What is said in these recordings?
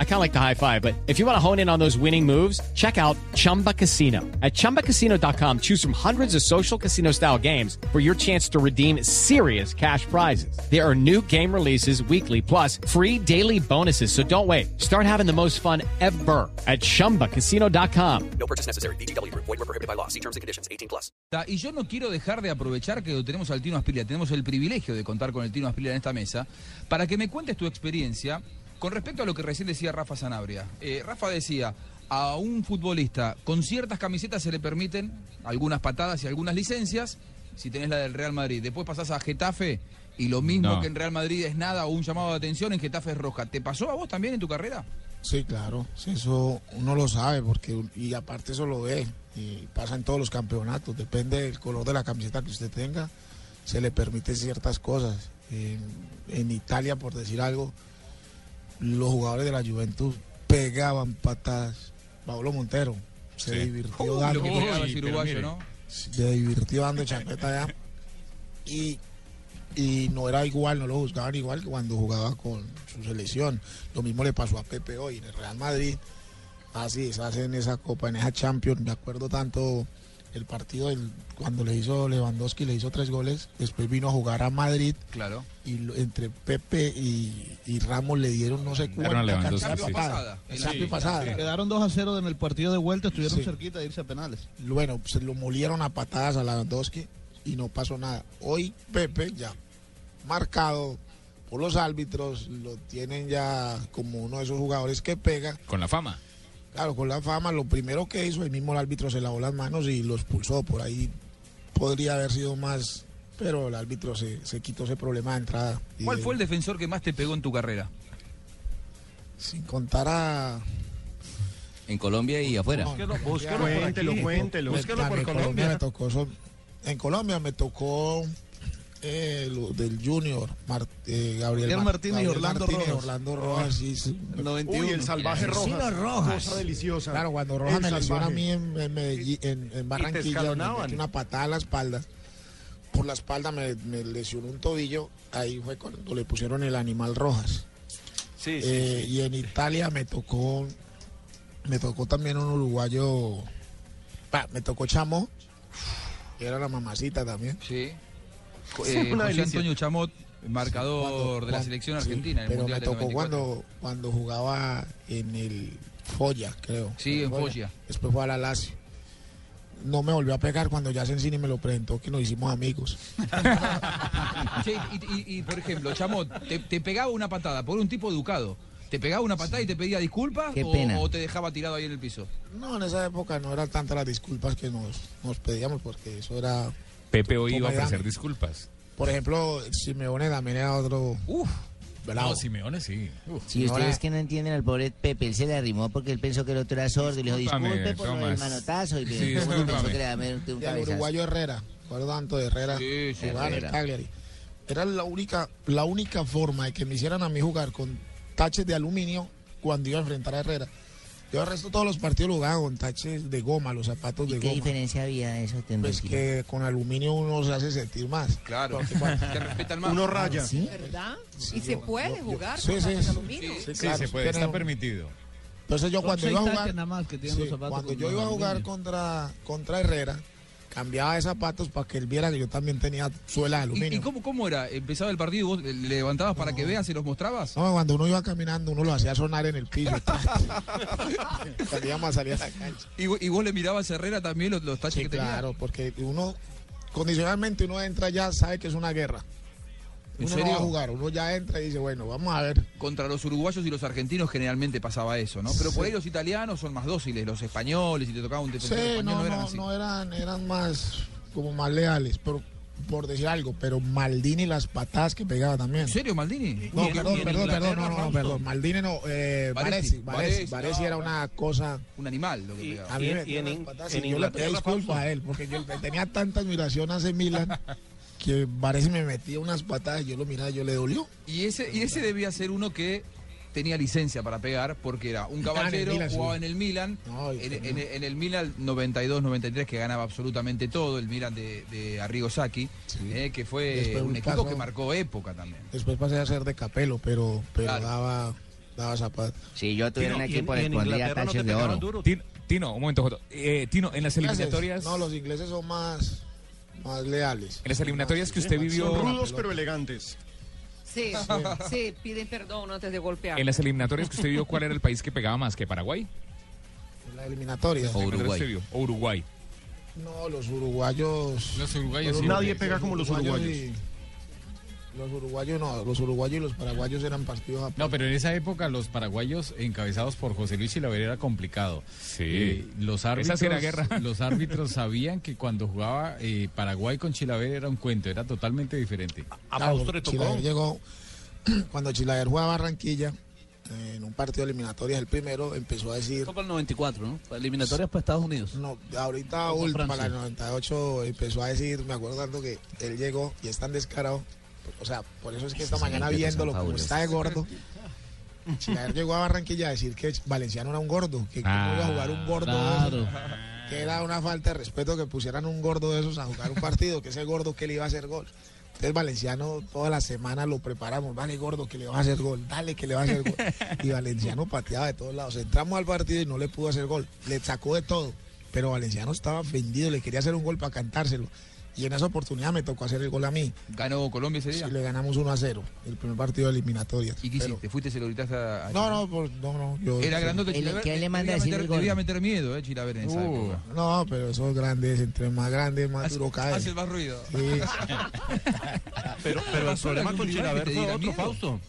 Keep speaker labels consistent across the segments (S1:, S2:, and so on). S1: I kind of like the high five, but if you want to hone in on those winning moves, check out Chumba Casino. At chumbacasino.com, choose from hundreds of social casino style games for your chance to redeem serious cash prizes. There are new game releases weekly, plus free daily bonuses. So don't wait. Start having the most fun ever at chumbacasino.com.
S2: No purchase necessary. BGW. Void were prohibited by law. See terms and conditions. 18 plus.
S3: Ta, Y yo no quiero dejar de aprovechar que lo tenemos al Tino Aspilia, tenemos el privilegio de contar con el Tino Aspilia en esta mesa, para que me cuentes tu experiencia con respecto a lo que recién decía Rafa Sanabria. Eh, Rafa decía, a un futbolista con ciertas camisetas se le permiten algunas patadas y algunas licencias, si tenés la del Real Madrid. Después pasás a Getafe y lo mismo
S4: No.
S3: que en Real Madrid es nada o un llamado de atención, en Getafe es roja. ¿Te pasó a vos también en tu carrera?
S5: Sí, claro, sí, eso uno lo sabe porque y aparte eso lo ve y pasa en todos los campeonatos, depende del color de la camiseta que usted tenga, se le permite ciertas cosas. En, en Italia, por decir algo, los jugadores de la Juventus pegaban patadas. Pablo Montero se
S4: Sí.
S5: divirtió
S3: Uh, lo
S5: dando,
S3: que pegaba ese
S4: pero
S3: uruguayo,
S4: mire.
S3: ¿no?
S5: se divirtió dando champeta allá y, y no era igual, no lo juzgaban igual que cuando jugaba con su selección. Lo mismo le pasó a Pepe hoy en el Real Madrid. Así es, hacen esa copa, en esa Champions. Me acuerdo tanto el partido del- cuando le hizo Lewandowski, le hizo tres goles. Después vino a jugar a Madrid
S3: Claro.
S5: y lo- entre Pepe y, y Ramos le dieron no sé
S4: Dieron a
S5: cuánta
S4: Lewandowski,
S5: cantidad de
S4: sí.
S5: patadas.
S3: Sí,
S5: Exacto, y pasada.
S6: Quedaron 2 a 0 en el partido de vuelta, estuvieron
S5: Sí.
S6: cerquita de irse a penales.
S5: Bueno, se lo molieron a patadas a Lewandowski y no pasó nada. Hoy Pepe ya marcado por los árbitros, lo tienen ya como uno de esos jugadores que pega.
S4: Con la fama.
S5: Claro, con la fama, lo primero que hizo, el mismo el árbitro se lavó las manos y lo expulsó. Por ahí podría haber sido más, pero el árbitro se, se quitó ese problema de entrada. Y
S3: ¿Cuál
S5: de-
S3: fue el defensor que más te pegó en tu carrera?
S5: Sin contar a...
S7: En Colombia y afuera.
S8: Cuéntelo, cuéntelo.
S6: Pues,
S5: Búscalo por Colombia. Me tocó son- en Colombia me tocó eh, lo del Junior, Mar- eh, Gabriel,
S6: Gabriel
S5: Mar-
S6: Martínez y
S5: Gabriel
S6: Orlando
S5: Martínez y
S6: Rojas.
S5: Orlando Rojas, sí, sí.
S6: El 91.
S8: Uy, el salvaje Rojas.
S6: Rojas.
S8: Cosa deliciosa.
S5: Claro, cuando Rojas
S8: Rojas
S5: me lesionó a mí en, en Medellín- en- en Barranquilla, me
S8: escalonaban.
S5: metió una patada a la espalda. Por la espalda me, me lesionó un tobillo. Ahí fue cuando le pusieron el animal Rojas.
S8: Sí,
S5: Eh, y en Italia me tocó me tocó también un uruguayo pa, me tocó Chamo que era la mamacita también
S3: Sí.
S8: Sí,
S3: Eh,
S8: una
S3: José
S8: delicia.
S3: Antonio Chamot, marcador
S5: Cuando-
S3: de la
S5: cuan-
S3: selección
S5: sí,
S3: argentina en el
S5: pero
S3: Mundial
S5: me
S3: del
S5: tocó
S3: 94.
S5: cuando cuando jugaba en el Foya creo
S3: Sí, en Foggia.
S5: después fue a la Lazio no me volvió a pegar cuando ya Sensini me lo presentó que nos hicimos amigos
S3: Che, y, y- y, por ejemplo, Chamot, te, te pegaba una patada por un tipo educado. ¿Te pegaba una patada y te pedía disculpas
S7: Qué
S3: o,
S7: pena.
S3: o te dejaba tirado ahí en el piso?
S5: no en esa época no eran tantas las disculpas que nos, nos pedíamos porque eso era
S4: Pepe hoy
S5: Toma
S4: iba a ofrecer
S5: llame.
S4: disculpas.
S5: por ejemplo Simeone también era otro
S3: Uf,
S5: bravo.
S4: No, Simeone sí. Uf.
S7: Si
S5: Ahora-
S7: ustedes que no entienden al pobre Pepe, él se le arrimó porque él pensó que el otro era sordo y le dijo
S4: Discúlpame,
S7: disculpe por lo del
S4: Tomás.
S7: manotazo y
S4: Sí,
S7: todo el mundo
S4: discúlpame.
S7: pensó que le iba a meter un
S5: Y al
S7: cabezazo.
S5: uruguayo Herrera, recuerdo tanto de Herrera,
S3: Sí, sí,
S5: jugaba en el
S7: Herrera.
S5: Cagliari. Era la única, la única forma de que me hicieran a mí jugar con taches de aluminio cuando iba a enfrentar a Herrera. Yo el resto todos los partidos lo jugaba con taches de goma, los zapatos
S7: ¿Y
S5: de
S7: qué
S5: goma.
S7: diferencia había de eso? Te
S5: Pues
S7: mentira?
S5: que con aluminio uno se hace sentir más.
S3: claro.
S5: Porque cuando-
S3: te respetan más.
S8: Uno raya.
S7: ¿Sí?
S9: ¿Verdad?
S5: Sí,
S9: y se
S5: yo-
S9: puede
S5: yo- yo-
S9: jugar
S5: sí,
S9: con
S5: sí,
S9: taches
S5: sí.
S9: de aluminio.
S3: Sí,
S4: Sí,
S5: claro,
S4: se puede, está
S5: pero-
S4: permitido.
S5: Entonces yo
S6: Son
S5: cuando
S6: seis
S5: iba a
S6: taques
S5: jugar...
S6: nada más que tienen los
S5: Sí,
S6: zapatos
S5: cuando
S6: con
S5: yo iba a jugar
S6: aluminio.
S5: contra, contra Herrera, cambiaba de zapatos para que él viera que yo también tenía suela de
S3: ¿Y,
S5: aluminio.
S3: y cómo, cómo era? ¿Empezaba el partido y vos le levantabas para que veas y los mostrabas?
S5: No, cuando uno iba caminando, uno lo hacía sonar en el piso. cuando íbamos a salir a la cancha.
S3: ¿Y, vo- y vos le mirabas a Herrera también los, los taches
S5: Sí,
S3: que tenía?
S5: claro, porque uno, condicionalmente uno entra ya, sabe que es una guerra.
S3: ¿En
S5: Uno no
S3: serio?
S5: va a jugar, uno ya entra y dice, bueno, vamos a ver.
S3: Contra los uruguayos y los argentinos generalmente pasaba eso, ¿no? Pero por ahí los italianos son más dóciles, los españoles, y te tocaba un
S5: Sí,
S3: defensor español,
S5: no,
S3: no eran
S5: no,
S3: así.
S5: no eran, eran más, como más leales, pero, por decir algo, pero Maldini las patadas que pegaba también.
S3: ¿En serio, Maldini?
S5: No, perdón, perdón, perdón, no, no, no, perdón. Maldini no, eh,
S3: Baresi,
S5: Baresi,
S3: Baresi,
S5: Baresi, Baresi era una cosa...
S3: Un animal lo que pegaba.
S5: A mí
S8: Y-
S5: me
S8: y en
S5: dio
S8: In-
S5: unas patadas
S8: en
S5: y yo le
S8: Inglaterra,
S5: pedí disculpas
S8: Fausto.
S5: a él, porque yo le tenía tanta admiración hace Milan que parece me metía unas patadas y yo lo miraba y yo le dolió.
S3: Y ese, y ese debía ser uno que tenía licencia para pegar porque era un caballero,
S5: Milan, sí.
S3: jugaba en el Milan,
S5: No, y
S3: en,
S5: que
S3: en-
S5: no.
S3: en el Milan 92-93 que ganaba absolutamente todo, el Milan de, de Arrigo Sacchi, eh, que fue
S5: Después
S3: un
S5: un
S3: equipo
S5: paso-
S3: que marcó época también.
S5: Después pasé a ser de capelo, pero, pero
S3: Claro.
S5: daba, daba zapato.
S7: Si yo tuviera un
S8: Tino, y en-
S7: equipo
S8: y
S7: le
S8: en
S7: pondría
S8: Inglaterra no te
S7: tachos de
S8: pegaban
S7: oro.
S8: duro.
S4: Tino, Tino, un momento, Joto. Eh, Tino, en las eliminatorias,
S5: No, los ingleses son más, más leales.
S4: en las eliminatorias que usted
S8: Son
S4: vivió,
S8: rudos pero elegantes.
S9: Sí, sí, piden perdón antes de golpear.
S4: en las eliminatorias que usted vio, ¿cuál era el país que pegaba más que Paraguay?
S5: La eliminatoria.
S8: Oh.
S4: ¿Qué otro usted vio? O Uruguay.
S5: No, los uruguayos.
S4: Los uruguayos
S5: Pero
S4: sí,
S5: los
S8: nadie pega como los uruguayos.
S5: y- Los uruguayos no, los uruguayos y los paraguayos eran partidos aparte.
S10: No, pero en esa época los paraguayos encabezados por José Luis Chilavera era complicado. Eh,
S4: Sí.
S10: los
S4: Esa
S10: árbitros,
S4: sí era guerra.
S10: los árbitros sabían que cuando jugaba eh, Paraguay con Chilavera era un cuento, era totalmente diferente.
S8: A
S5: Claro,
S8: Fausto le tocó.
S5: Chilaver llegó cuando Chilaver jugaba a Barranquilla eh, en un partido de eliminatorias el primero empezó a decir
S6: Fue para el 94, ¿no? Para eliminatorias para Estados Unidos.
S5: no ahorita
S6: Contra
S5: ul-
S6: Francia.
S5: para el 98 empezó a decir me acuerdo tanto que él llegó y es tan descarado o sea por eso es que esta
S7: Esas
S5: mañana
S7: anécdotas son
S5: viéndolo como
S7: fabulosas.
S5: está de gordo Chilaver llegó a Barranquilla a decir que Valenciano era un gordo que cómo iba a jugar un gordo que era una falta de respeto que pusieran un gordo de esos a jugar un partido, que ese gordo que le iba a hacer gol. Entonces Valenciano toda la semana lo preparamos, vale gordo que le va a hacer gol, dale que le va a hacer gol. Y Valenciano pateaba de todos lados. Entramos al partido y no le pudo hacer gol, le sacó de todo. Pero Valenciano estaba ofendido, le quería hacer un gol para cantárselo. Y en esa oportunidad me tocó hacer el gol a mí.
S3: Ganó Colombia ese
S5: Y
S3: día.
S5: le ganamos 1 a 0, el primer partido de eliminatoria.
S3: ¿Y qué
S5: Pero-
S3: hiciste? ¿Fuiste y se lo gritaste a, a
S5: No, no, por- no, no. Yo,
S3: Era grandote
S7: ¿Qué le-
S3: Chilaver, eh,
S7: qué le
S3: debía
S7: manda a decir
S3: meter-
S7: el gol?
S3: Debía meter miedo, eh, Chilaver en esa época.
S5: No, pero esos grandes, entre más grandes, más Uh, duro cae.
S3: Hace el más ruido.
S5: Sí.
S8: Pero, pero el
S3: Pasó la
S8: problema con
S3: cultural que
S8: Chilaver
S3: te
S8: fue
S3: diera
S8: otro,
S3: miedo.
S8: Fausto.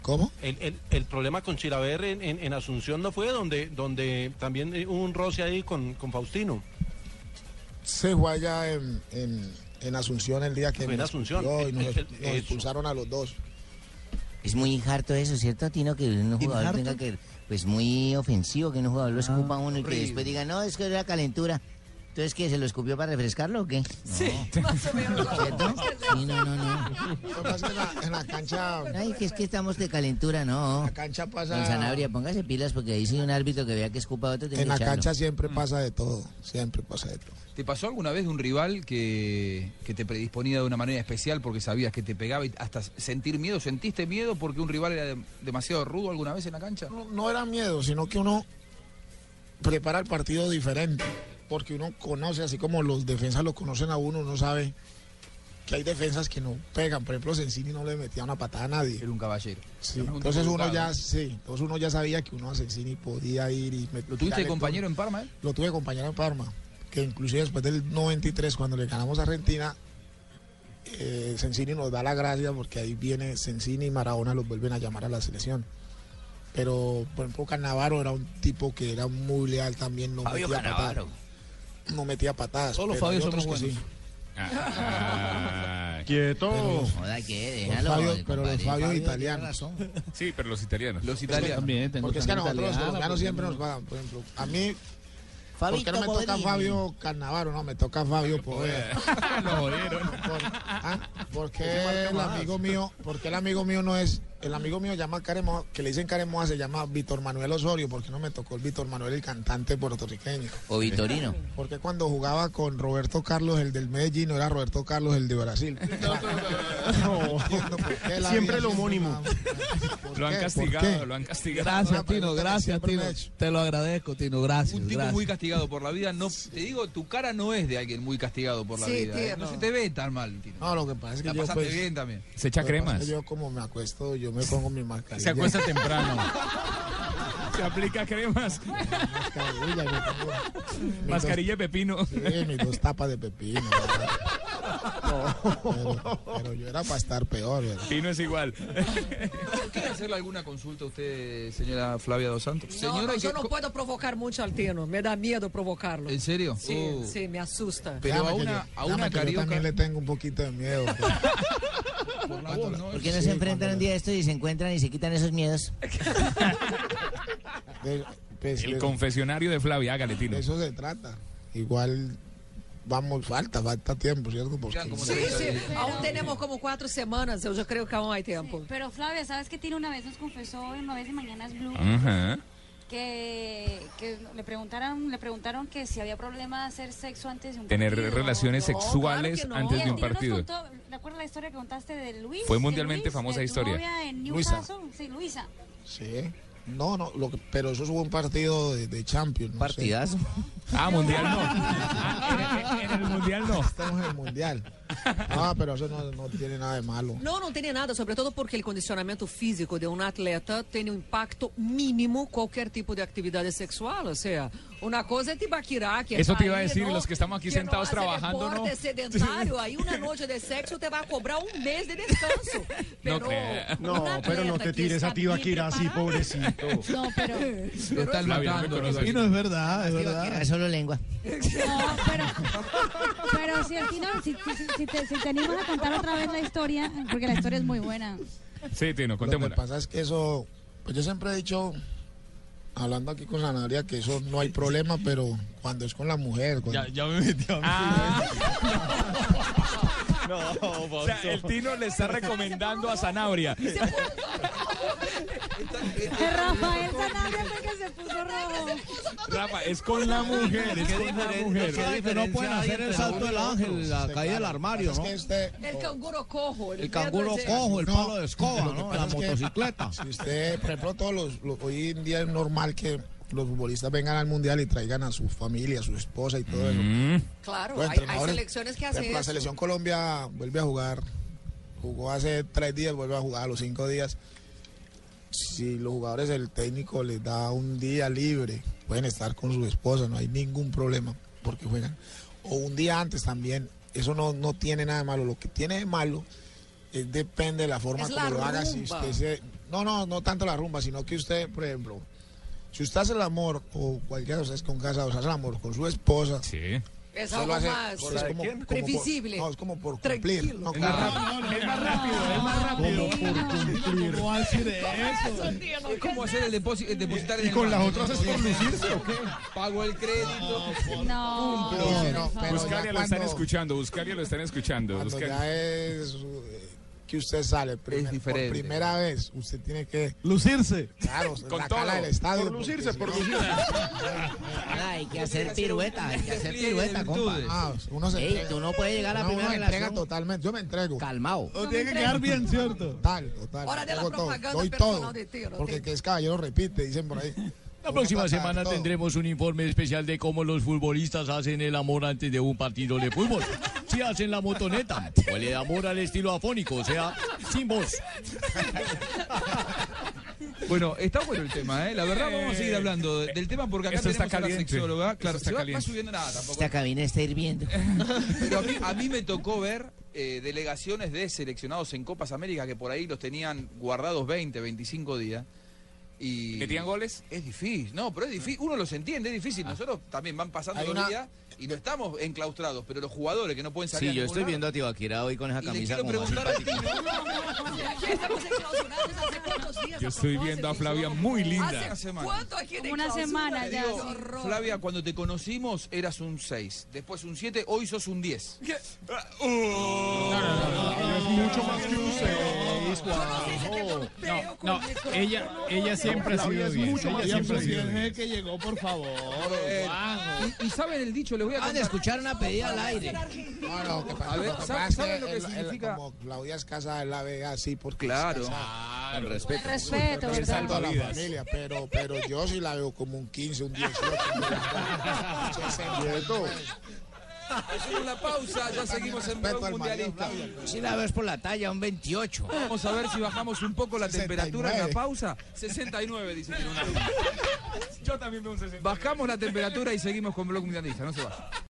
S5: ¿Cómo?
S8: El, el- el problema con Chilaver en, en- en Asunción no fue donde, donde también eh, hubo un roce ahí con, con Faustino.
S5: se fue allá en, en- en Asunción el día que
S8: Fue en
S5: nos
S8: Asunción.
S5: expulsó y nos,
S8: El- el-
S5: nos
S8: eso.
S5: expulsaron a los dos.
S7: Es muy injarto eso, ¿cierto, Tino? Que un jugador
S6: ¿Injarto?
S7: tenga que... Pues muy ofensivo que un jugador lo escupa a uno y que
S8: horrible.
S7: después diga, no, es que era calentura. Entonces, ¿qué? ¿Se lo escupió para refrescarlo o qué?
S9: Sí, más o menos.
S7: ¿Cierto? Sí, no, no, no.
S5: Lo que pasa es que en la, en la cancha,
S7: Ay, que es que estamos de calentura, no.
S5: la cancha pasa.
S7: Don Sanabria, póngase pilas porque ahí si un árbitro que vea que escupa a otro tiene
S5: en
S7: que
S5: la
S7: echarlo.
S5: cancha siempre pasa de todo. Siempre pasa de todo.
S3: ¿Te pasó alguna vez de un rival que, que te predisponía de una manera especial porque sabías que te pegaba y hasta sentir miedo? ¿Sentiste miedo porque un rival era de- demasiado rudo alguna vez en la cancha?
S5: No, no era miedo, sino que uno prepara el partido diferente. Porque uno conoce, así como los defensas lo conocen a uno, uno sabe que hay defensas que no pegan. Por ejemplo, Sensini no le metía una patada a nadie.
S3: Era un caballero.
S5: Sí,
S3: Era un
S5: Entonces uno
S3: educado.
S5: ya, sí, entonces uno ya sabía que uno a Sensini podía ir y met-
S3: ¿Lo tuviste
S5: tirarle
S3: de compañero
S5: todo.
S3: en Parma? eh?
S5: lo tuve compañero en Parma, que inclusive después del 93, cuando le ganamos a Argentina, eh, Sensini nos da la gracia porque ahí viene Sensini y Maradona los vuelven a llamar a la selección. Pero, por ejemplo, Cannavaro era un tipo que era muy leal también, no
S7: Fabio
S5: metía
S7: Cannavaro.
S5: patadas. No metía patadas.
S3: Todos los
S5: pero hay
S3: Fabios somos
S5: otros que
S3: buenos.
S4: Ah,
S8: Quieto.
S7: Joda, ¿qué?
S5: sí.
S7: Déjalo.
S5: Los Fabios- pero
S7: compadre.
S5: los Fabios italianos.
S4: sí, pero los italianos.
S3: Los italianos.
S6: También, tengo
S5: Porque es que a
S6: también
S5: nosotros los
S6: italiano,
S5: colombianos
S3: Ah,
S6: pues,
S5: siempre
S6: no.
S5: nos pagan. Por ejemplo, a mí, ¿por
S7: Fabito
S5: qué no me toca
S7: Borini.
S5: Fabio Cannavaro? No, me toca Fabio Poveda.
S4: Lo jodieron.
S5: Por, ah, ¿por qué el amigo mío, por qué el amigo mío no es, el amigo mío llama Caremoa, que le dicen Caremoa se llama Víctor Manuel Osorio, porque no me tocó el Víctor Manuel el cantante puertorriqueño.
S7: O Vitorino.
S5: Porque cuando jugaba con Roberto Carlos el del Medellín no era Roberto Carlos el de Brasil. No entiendo por qué la
S8: Siempre
S5: vida
S8: el homónimo.
S5: nada. ¿Por
S4: Lo han
S5: qué? ¿Por
S4: castigado,
S5: qué?
S4: lo han castigado.
S6: Gracias,
S5: pregunta
S6: Tino,
S5: que
S6: gracias,
S5: siempre
S6: Tino.
S5: me he hecho.
S6: Te lo agradezco, Tino, gracias.
S3: Un tipo
S6: gracias.
S3: muy castigado por la vida. No, te digo, tu cara no es de alguien muy castigado por la
S9: Sí,
S3: vida. eh.
S9: tierno.
S3: No se te ve tan mal, Tino.
S5: No, lo que pasa es que
S3: la
S5: yo
S3: pasaste
S5: pues,
S3: bien también.
S4: Se echa
S5: lo que pasa es
S4: cremas.
S5: que yo como me acuesto, yo me pongo mi mascarilla.
S10: Se acuesta temprano.
S4: Se aplica cremas.
S5: mascarilla, yo pongo mis dos
S4: Mascarilla de pepino.
S5: Sí, mis dos tapas de pepino. ¿verdad? Pero, pero yo era para estar peor. ¿verdad?
S4: Pino es igual.
S3: ¿Quiere hacerle alguna consulta a usted, señora Flavia Dos Santos?
S9: No,
S3: Señora,
S9: no,
S3: ¿y
S9: yo
S3: qué-
S9: no puedo provocar mucho al Tino, me da miedo provocarlo.
S6: Eh,
S3: ¿En serio?
S9: Sí,
S3: Uh.
S9: sí, me asusta.
S3: Pero
S5: Déjame
S3: a
S5: que
S3: una-
S5: yo-
S3: a
S5: déjame
S3: una
S5: que yo
S3: carioca-
S5: también le tengo un poquito de miedo. pues.
S3: Por la voz, Oh, ¿no?
S7: ¿Por qué no
S5: Sí,
S7: se enfrentan
S5: cuando-
S7: un día a esto y se encuentran y se quitan esos miedos?
S5: De, pues,
S4: El
S5: de- pues,
S4: confesionario de Flavia, hágale, Tino.
S5: de eso se trata. Igual vamos, falta, falta tiempo, ¿cierto? Porque
S9: Sí, sí, aún um tenemos como cuatro semanas, eu já creio que um aún hay tiempo.
S11: Pero Flavia, ¿sabes qué tiene una vez nos confesó en una vez de Mañanas Blue?
S4: Ajá.
S11: Que, que le preguntaron le preguntaron que si había problema hacer sexo antes de un
S4: Tener
S11: partido.
S4: relaciones No, sexuales claro que no. antes
S11: Y
S4: de
S11: a
S4: un
S11: ti no nos
S4: partido.
S11: contó- ¿Recuerdas la historia que contaste de Luis?
S4: Fue
S11: De
S4: mundialmente
S11: Luis,
S4: famosa
S11: de tu
S4: historia.
S11: novia en
S5: Luisa.
S11: Newcastle? Sí, Luisa.
S5: Sí. No, no, lo que- pero eso fue un partido de, de Champions.
S7: Partidazo.
S5: Ah,
S4: mundial Ah,
S5: no.
S4: en el mundial no.
S5: Estamos en el mundial. Ah, pero eso no, no tiene nada de malo.
S9: Não, não tem nada, sobretudo porque o condicionamento físico de um atleta tem um impacto mínimo qualquer tipo de atividade sexual. Ou seja, uma coisa é tibaquirá, que é
S4: Eso te iba a
S9: cair,
S4: decir,
S9: ¿no?
S4: los que estamos aquí
S9: Que
S4: sentados
S9: não hace
S4: trabajando, ¿no?
S9: deporte, é sedentário, aí uma noite de sexo te vai cobrar um mês de descanso.
S4: No creo.
S9: Pero un atleta que está bien preparado-
S12: pobrecito.
S11: No, pero.
S3: Lo están matando.
S12: Y no es verdad, es verdad.
S7: Era solo lengua.
S11: No, pero, pero si, al final- si, si- si te, si te animas a contar otra vez la historia, porque la historia es muy buena.
S4: Sí, Tino,
S5: Lo que
S4: contémosla.
S5: pasa es que eso, pues yo siempre he dicho, hablando aquí con Sanaria, que eso no hay problema, pero cuando es con la mujer. cuando-
S10: Ya, ya me metí a mí.
S12: Ah,
S4: O sea, el Tino le está recomendando a Sanabria.
S11: El Rafael Sanabria fue el que se puso rojo.
S4: Rafa, es con la mujer, es con la mujer.
S12: que no pueden hacer el salto del ángel, la caída del armario,
S5: Es
S12: ¿no?
S5: que este-
S9: El canguro cojo.
S12: El canguro cojo, el palo de escoba,
S5: Lo que
S12: ¿no?
S5: pasa
S12: La
S5: es que-
S12: motocicleta.
S5: Si usted, por ejemplo, todos los, los- hoy en día es normal que los futbolistas vengan al mundial y traigan a su familia, a su esposa y todo eso.
S9: Claro,
S5: Los
S9: hay, hay
S5: entrenadores,
S9: selecciones que
S5: Pues por
S9: hacen
S5: ejemplo, La
S9: eso.
S5: selección Colombia vuelve a jugar. Jugó hace tres días, vuelve a jugar a los cinco días. Si los jugadores, el técnico les da un día libre, pueden estar con su esposa, no hay ningún problema porque juegan. O un día antes también, eso no, no tiene nada de malo. Lo que tiene de malo es depende de la forma
S9: Es
S5: como
S9: la
S5: lo haga. Si
S9: rumba.
S5: usted se- no, no, no tanto la rumba, sino que usted, por ejemplo, si usted hace el amor, o cualquiera de ustedes con casados hace el amor con su esposa,
S4: Sí.
S9: Es
S5: Usted lo
S9: algo
S5: hace
S9: más
S5: por- es como- como por-
S9: previsible.
S5: no, es como por cumplir.
S9: Tranquilo.
S5: No,
S4: Es más
S5: claro.
S4: rápido, es más rápido, es más rápido.
S12: ¿Cómo va a decir eso?
S3: Es como hacer el depósito, el depositar en
S12: ¿Y
S3: el
S12: con las
S3: banco.
S12: otras es por lucirse o qué?
S3: Pago el crédito.
S11: No.
S5: No, no, pero ya
S4: Buscalia lo están
S5: cuando-
S4: escuchando, Buscalia lo están escuchando.
S5: Cuando
S4: Buscalia.
S5: ya es eh, que usted sale primer-
S3: diferente.
S5: por primera vez, usted tiene que,
S12: Lucirse.
S5: claro,
S4: Con
S5: la
S4: todo.
S5: cara del estadio.
S12: Por lucirse,
S5: porque
S12: por
S5: si no-
S12: lucirse.
S7: Ah, hay que hacer pirueta, hay que hacer
S3: Despliegue de
S7: pirueta, compa.
S3: virtudes.
S5: Ah, uno se
S7: Ey, tú no puedes llegar a la
S5: uno
S7: primera
S5: entrega
S7: relación.
S5: totalmente. Yo me entrego.
S7: Calmao.
S12: O tiene que quedar bien, ¿cierto?
S5: Total, total.
S9: Hora de la
S5: hago todo,
S9: propaganda
S5: Doy
S9: personal
S5: todo.
S9: de ti, ¿no?
S5: Porque
S9: Te-
S5: el que es caballero repite, dicen por ahí.
S13: La próxima
S5: Uno trata de
S13: semana
S5: todo.
S13: tendremos un informe especial de cómo los futbolistas hacen el amor antes de un partido de fútbol. Si hacen la motoneta o el amor al estilo afónico, o sea, sin voz.
S3: Bueno, está bueno el tema, ¿eh? La verdad, vamos a seguir hablando de- del tema porque acá
S4: Esto está
S3: tenemos a la
S4: caliente.
S3: sexóloga.
S4: Esto
S3: Claro,
S4: está
S3: se va- va,
S4: caliente.
S3: subiendo nada tampoco.
S7: Esta cabina está hirviendo.
S3: Pero a mí, a mí me tocó ver eh, delegaciones de seleccionados en Copas América que por ahí los tenían guardados 20, 25 días. Y
S4: ¿Metían goles?
S3: Es difícil, no, pero es difícil. Uno los entiende, es difícil.
S7: Ah.
S3: Nosotros también van pasando
S5: Hay
S3: los
S5: una-
S3: días y no estamos enclaustrados, pero los jugadores que no pueden salir.
S7: Sí,
S3: a
S7: yo
S3: ningún
S7: estoy
S3: lado,
S7: viendo a Tibaquira hoy con esa
S3: Y le
S7: camisa
S3: quiero
S7: como
S3: preguntar a
S7: simpática.
S9: Ya estamos en Estados Unidos hace cuántos días,
S4: Yo estoy
S9: propósito,
S4: viendo a
S9: y
S4: Flavia
S9: somos
S4: muy
S9: como-
S4: linda.
S9: ¿Hace
S3: Una semana.
S9: cuánto aquí en
S11: Como una
S9: Estados
S11: semana
S9: Unidos?
S11: ya,
S9: Qué
S11: sí.
S9: horror.
S3: Flavia, cuando te conocimos eras un 6, después un 7, hoy sos un 10.
S10: No, no, ella, ella siempre ha sido bien. Ella siempre ha sido bien.
S12: que llegó, por favor.
S3: Eh, Y, y saben el dicho, les voy a
S7: Acaban de
S3: contar.
S7: escuchar una pedida al aire.
S5: No, no, que pasa-
S3: A ver,
S5: lo que
S3: ¿sabe-
S5: pasa es
S3: saben
S5: que
S3: lo que
S5: él- él-
S3: significa?
S5: Como Claudia es casada, él la ve así porque es
S3: Claro.
S5: casada.
S7: Con respeto.
S11: Respeto,
S5: Pensando a
S11: ¿verdad?
S5: la familia, pero, pero yo sí la veo como un 15, un 18.
S3: Hacemos la pausa, ya seguimos en Blog Mundialista.
S7: Si la ves por la talla, un 28.
S3: Vamos a ver si bajamos un poco la
S5: 69.
S3: temperatura en la pausa. 69, dice. Yo también veo un 69. Bajamos la temperatura y seguimos con Blog Mundialista, no se va.